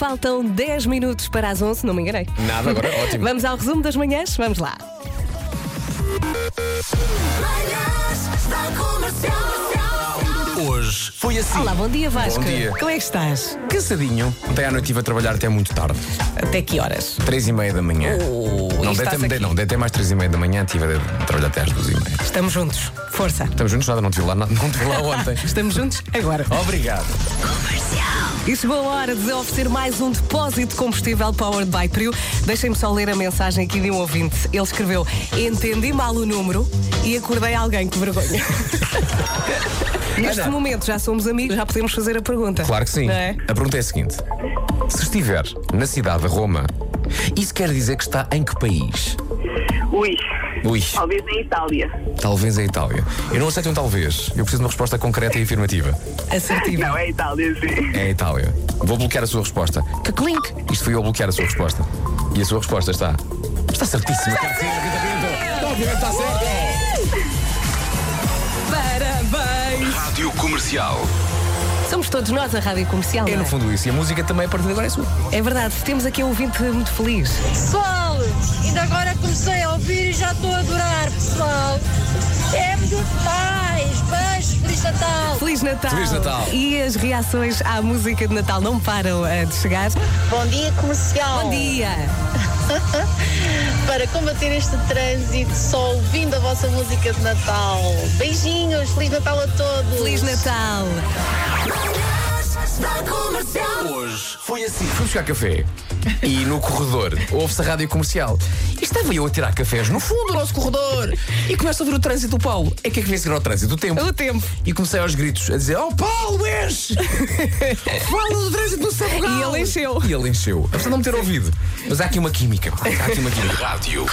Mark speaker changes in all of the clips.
Speaker 1: Faltam 10 minutos para as 11, não me enganei.
Speaker 2: Nada, agora é ótimo.
Speaker 1: Vamos ao resumo das manhãs? Vamos lá.
Speaker 3: Manhãs da Comercial.
Speaker 2: Hoje foi assim.
Speaker 1: Olá, bom dia Vasco.
Speaker 2: dia.
Speaker 1: Como é que estás?
Speaker 2: Cansadinho. Ontem à noite estive a trabalhar até muito tarde.
Speaker 1: Até que horas?
Speaker 2: Três e meia da manhã.
Speaker 1: Oh,
Speaker 2: não,
Speaker 1: e
Speaker 2: dei
Speaker 1: estás
Speaker 2: até,
Speaker 1: aqui.
Speaker 2: dei- não, dei até mais três e meia da manhã, estive a trabalhar até às duas e meia.
Speaker 1: Estamos juntos. Força.
Speaker 2: Estamos juntos, nada, não estive lá, na- não estive lá ontem.
Speaker 1: Estamos juntos agora.
Speaker 2: Obrigado.
Speaker 1: E chegou a hora de oferecer mais um depósito de combustível Powered by Prio. Deixem-me só ler a mensagem aqui de um ouvinte. Ele escreveu: Entendi mal o número e acordei alguém, que vergonha. Neste
Speaker 2: Ana.
Speaker 1: momento já somos amigos, já podemos fazer a pergunta.
Speaker 2: Claro que sim.
Speaker 1: Não é?
Speaker 2: A pergunta é a seguinte: se estiver na cidade de Roma, isso quer dizer que está em que país?
Speaker 4: Ui,
Speaker 2: Ui,
Speaker 4: talvez na Itália.
Speaker 2: talvez a Itália. Eu não aceito um talvez. Eu preciso de uma resposta concreta e afirmativa.
Speaker 1: Assertivo.
Speaker 4: Não, é Itália, sim.
Speaker 2: É a Itália. Vou bloquear a sua resposta. Que clink! Isto foi eu bloquear a sua resposta. E a sua resposta está. Está certíssima. Está certo! Está certo!
Speaker 1: Parabéns!
Speaker 5: Rádio Comercial.
Speaker 1: Somos todos nós a Rádio Comercial.
Speaker 2: É
Speaker 1: não
Speaker 2: no fundo isso. E a música também a partir de agora é sua.
Speaker 1: é? é verdade, temos aqui um ouvinte muito feliz.
Speaker 6: Pessoal, ainda agora comecei a ouvir e já estou a adorar, pessoal. É muito mais. Beijos, Feliz Natal.
Speaker 1: Feliz Natal!
Speaker 2: Feliz Natal.
Speaker 1: E as reações à música de Natal não param eh, de chegar.
Speaker 7: Bom dia, comercial.
Speaker 1: Bom dia!
Speaker 7: Para combater este trânsito, só ouvindo a vossa música de Natal. Beijinhos, Feliz Natal a todos.
Speaker 1: Feliz Natal!
Speaker 3: Manhãs da Comercial.
Speaker 5: Hoje foi assim.
Speaker 2: Fui buscar café e no corredor ouve-se a rádio comercial. E estava eu a tirar cafés no fundo do nosso corredor e começo a ouvir o trânsito do Paulo. É que é que vem seguir ao trânsito? O tempo.
Speaker 1: O tempo!
Speaker 2: E comecei aos gritos a dizer: Oh Paulo, és! Fala do trânsito do Sabugal!
Speaker 1: E ele encheu.
Speaker 2: E ele encheu. Apesar de não me ter ouvido. Mas há aqui uma química. pá. Há aqui uma química.
Speaker 5: Rádio.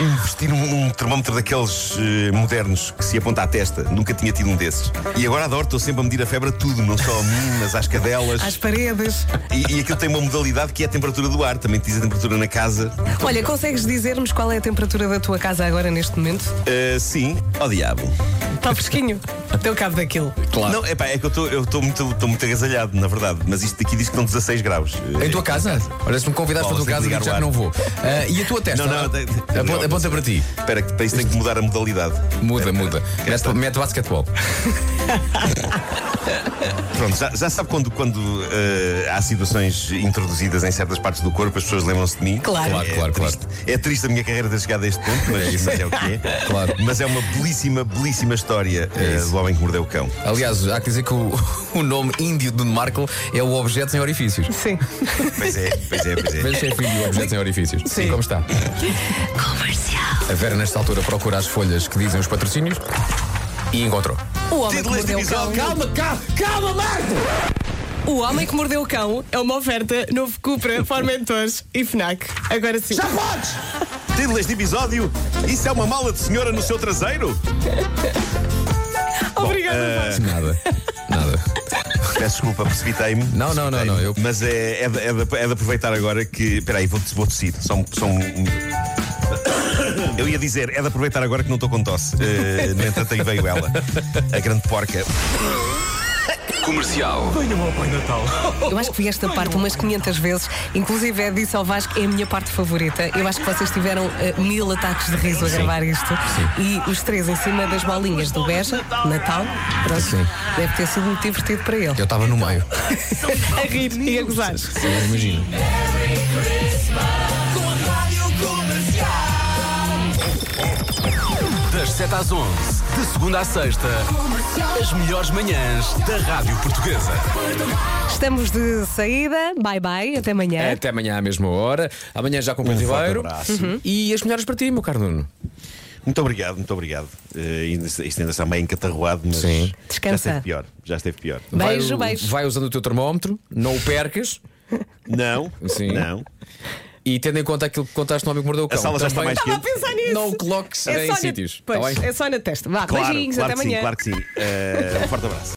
Speaker 8: Investir um, um termómetro daqueles eh, modernos que se aponta à testa. Nunca tinha tido um desses. E agora adoro, estou sempre a medir a febre a tudo, não só a mim, mas às cadelas.
Speaker 1: Às paredes.
Speaker 8: E, e aquilo tem uma modalidade que é a temperatura do ar, também te diz a temperatura na casa.
Speaker 1: Olha, consegues dizer-nos qual é a temperatura da tua casa agora neste momento?
Speaker 8: Eh, sim, ao diabo.
Speaker 1: Está fresquinho. Deu cabo daquilo.
Speaker 2: Claro.
Speaker 8: Não, epá, é que eu estou- eu estou muito, estou muito agasalhado, na verdade, mas isto aqui diz que estão 16 graus. Eh,
Speaker 2: Em tua casa? Olha, se me convidares para
Speaker 8: Paulo,
Speaker 2: a tua
Speaker 8: tem que
Speaker 2: casa,
Speaker 8: ligar
Speaker 2: digo já
Speaker 8: o
Speaker 2: que
Speaker 8: ar.
Speaker 2: não vou. Ah, e a tua testa?
Speaker 8: Não, não, tem- tem-
Speaker 2: aponta,
Speaker 8: não,
Speaker 2: aponta
Speaker 8: não.
Speaker 2: para ti.
Speaker 8: Eh, Espera, que para isto tem que mudar a modalidade.
Speaker 2: Muda, muda. Mete, mete basquetebol.
Speaker 8: Pronto, já, já sabe quando, quando eh, há situações introduzidas em certas partes do corpo, as pessoas lembram-se de mim.
Speaker 1: Claro.
Speaker 2: Claro,
Speaker 8: é
Speaker 2: claro,
Speaker 8: triste. É triste a minha carreira ter chegado a este ponto, mas, mas é o que é.
Speaker 2: Claro. É
Speaker 8: Mas é uma belíssima, belíssima história eh,
Speaker 2: isso.
Speaker 8: do homem que mordeu o cão.
Speaker 2: Aliás, há que dizer que o, o nome índio de Marco é o objeto sem orifícios.
Speaker 1: Sim.
Speaker 8: Pois é, pois é, pois é.
Speaker 2: Veja se é filho do objeto sem orifícios.
Speaker 1: Sim.
Speaker 2: E como está? A Vera, nesta altura, procura as folhas que dizem os patrocínios e encontrou.
Speaker 1: O homem que
Speaker 8: Título deste
Speaker 1: mordeu o cão.
Speaker 8: episódio. Calma,
Speaker 2: calma, calma, Marco!
Speaker 1: O homem que mordeu o cão é uma oferta novo Cupra, Formentores e Fnac. Agora sim.
Speaker 8: Já podes! Título deste episódio: Isso é uma mala de senhora no seu traseiro? eh,
Speaker 1: Obrigada. Vasco.
Speaker 2: Nada, nada.
Speaker 8: Peço desculpa, precipitei-me.
Speaker 2: Não, não, não, não. Eu...
Speaker 8: Mas é, é, de, é de- é de aproveitar agora que. Espera aí, vou, vou tossir. Só, um- só um. um- Eu ia dizer, é de aproveitar agora que não estou com tosse. Eh, no entanto, aí veio ela. A grande porca.
Speaker 5: Comercial.
Speaker 1: Eu acho que vi esta parte umas 500 vezes. Inclusive, é disso ao Vasco, é a minha parte favorita. Eu acho que vocês tiveram eh, mil ataques de riso a gravar isto. E os três em cima das bolinhas do Beja, Natal. Pronto.
Speaker 2: Sim.
Speaker 1: Deve ter sido muito divertido para ele.
Speaker 2: Eu estava no meio.
Speaker 1: A rir e a gozar.
Speaker 2: Eu imagino.
Speaker 5: Das 7 às 11, de segunda à sexta, as melhores manhãs da Rádio Portuguesa.
Speaker 1: Estamos de saída. Bye bye. Até amanhã.
Speaker 2: Até amanhã à mesma hora. Amanhã já com o Pedro
Speaker 8: forte
Speaker 2: Ribeiro.
Speaker 8: abraço.
Speaker 1: Uhum.
Speaker 2: E as melhores para ti, meu caro Nuno.
Speaker 8: Muito obrigado, muito obrigado. Eh, ainda- isto ainda está meio encatarroado, mas.
Speaker 2: Sim.
Speaker 8: Já
Speaker 1: Descansa.
Speaker 8: esteve pior. Já esteve pior.
Speaker 2: Vai
Speaker 1: Beijo,
Speaker 2: o-
Speaker 1: beijo.
Speaker 2: Vai usando o teu termómetro, não o percas.
Speaker 8: Não.
Speaker 2: Sim.
Speaker 8: Não.
Speaker 2: E tendo em conta aquilo que contaste no homem que mordeu o cão.
Speaker 8: A sala já está
Speaker 2: também
Speaker 8: mais
Speaker 1: Estava a
Speaker 8: quente.
Speaker 1: pensar nisso.
Speaker 2: Não o coloques
Speaker 1: é
Speaker 2: em
Speaker 1: só na-
Speaker 2: sítios. Está
Speaker 1: Pois,
Speaker 2: bem?
Speaker 1: é só na testa. Vá,
Speaker 8: Claro,
Speaker 1: beijinhos.
Speaker 8: claro
Speaker 1: até
Speaker 8: que sim,
Speaker 1: amanhã.
Speaker 8: claro que sim. Eh, um forte abraço.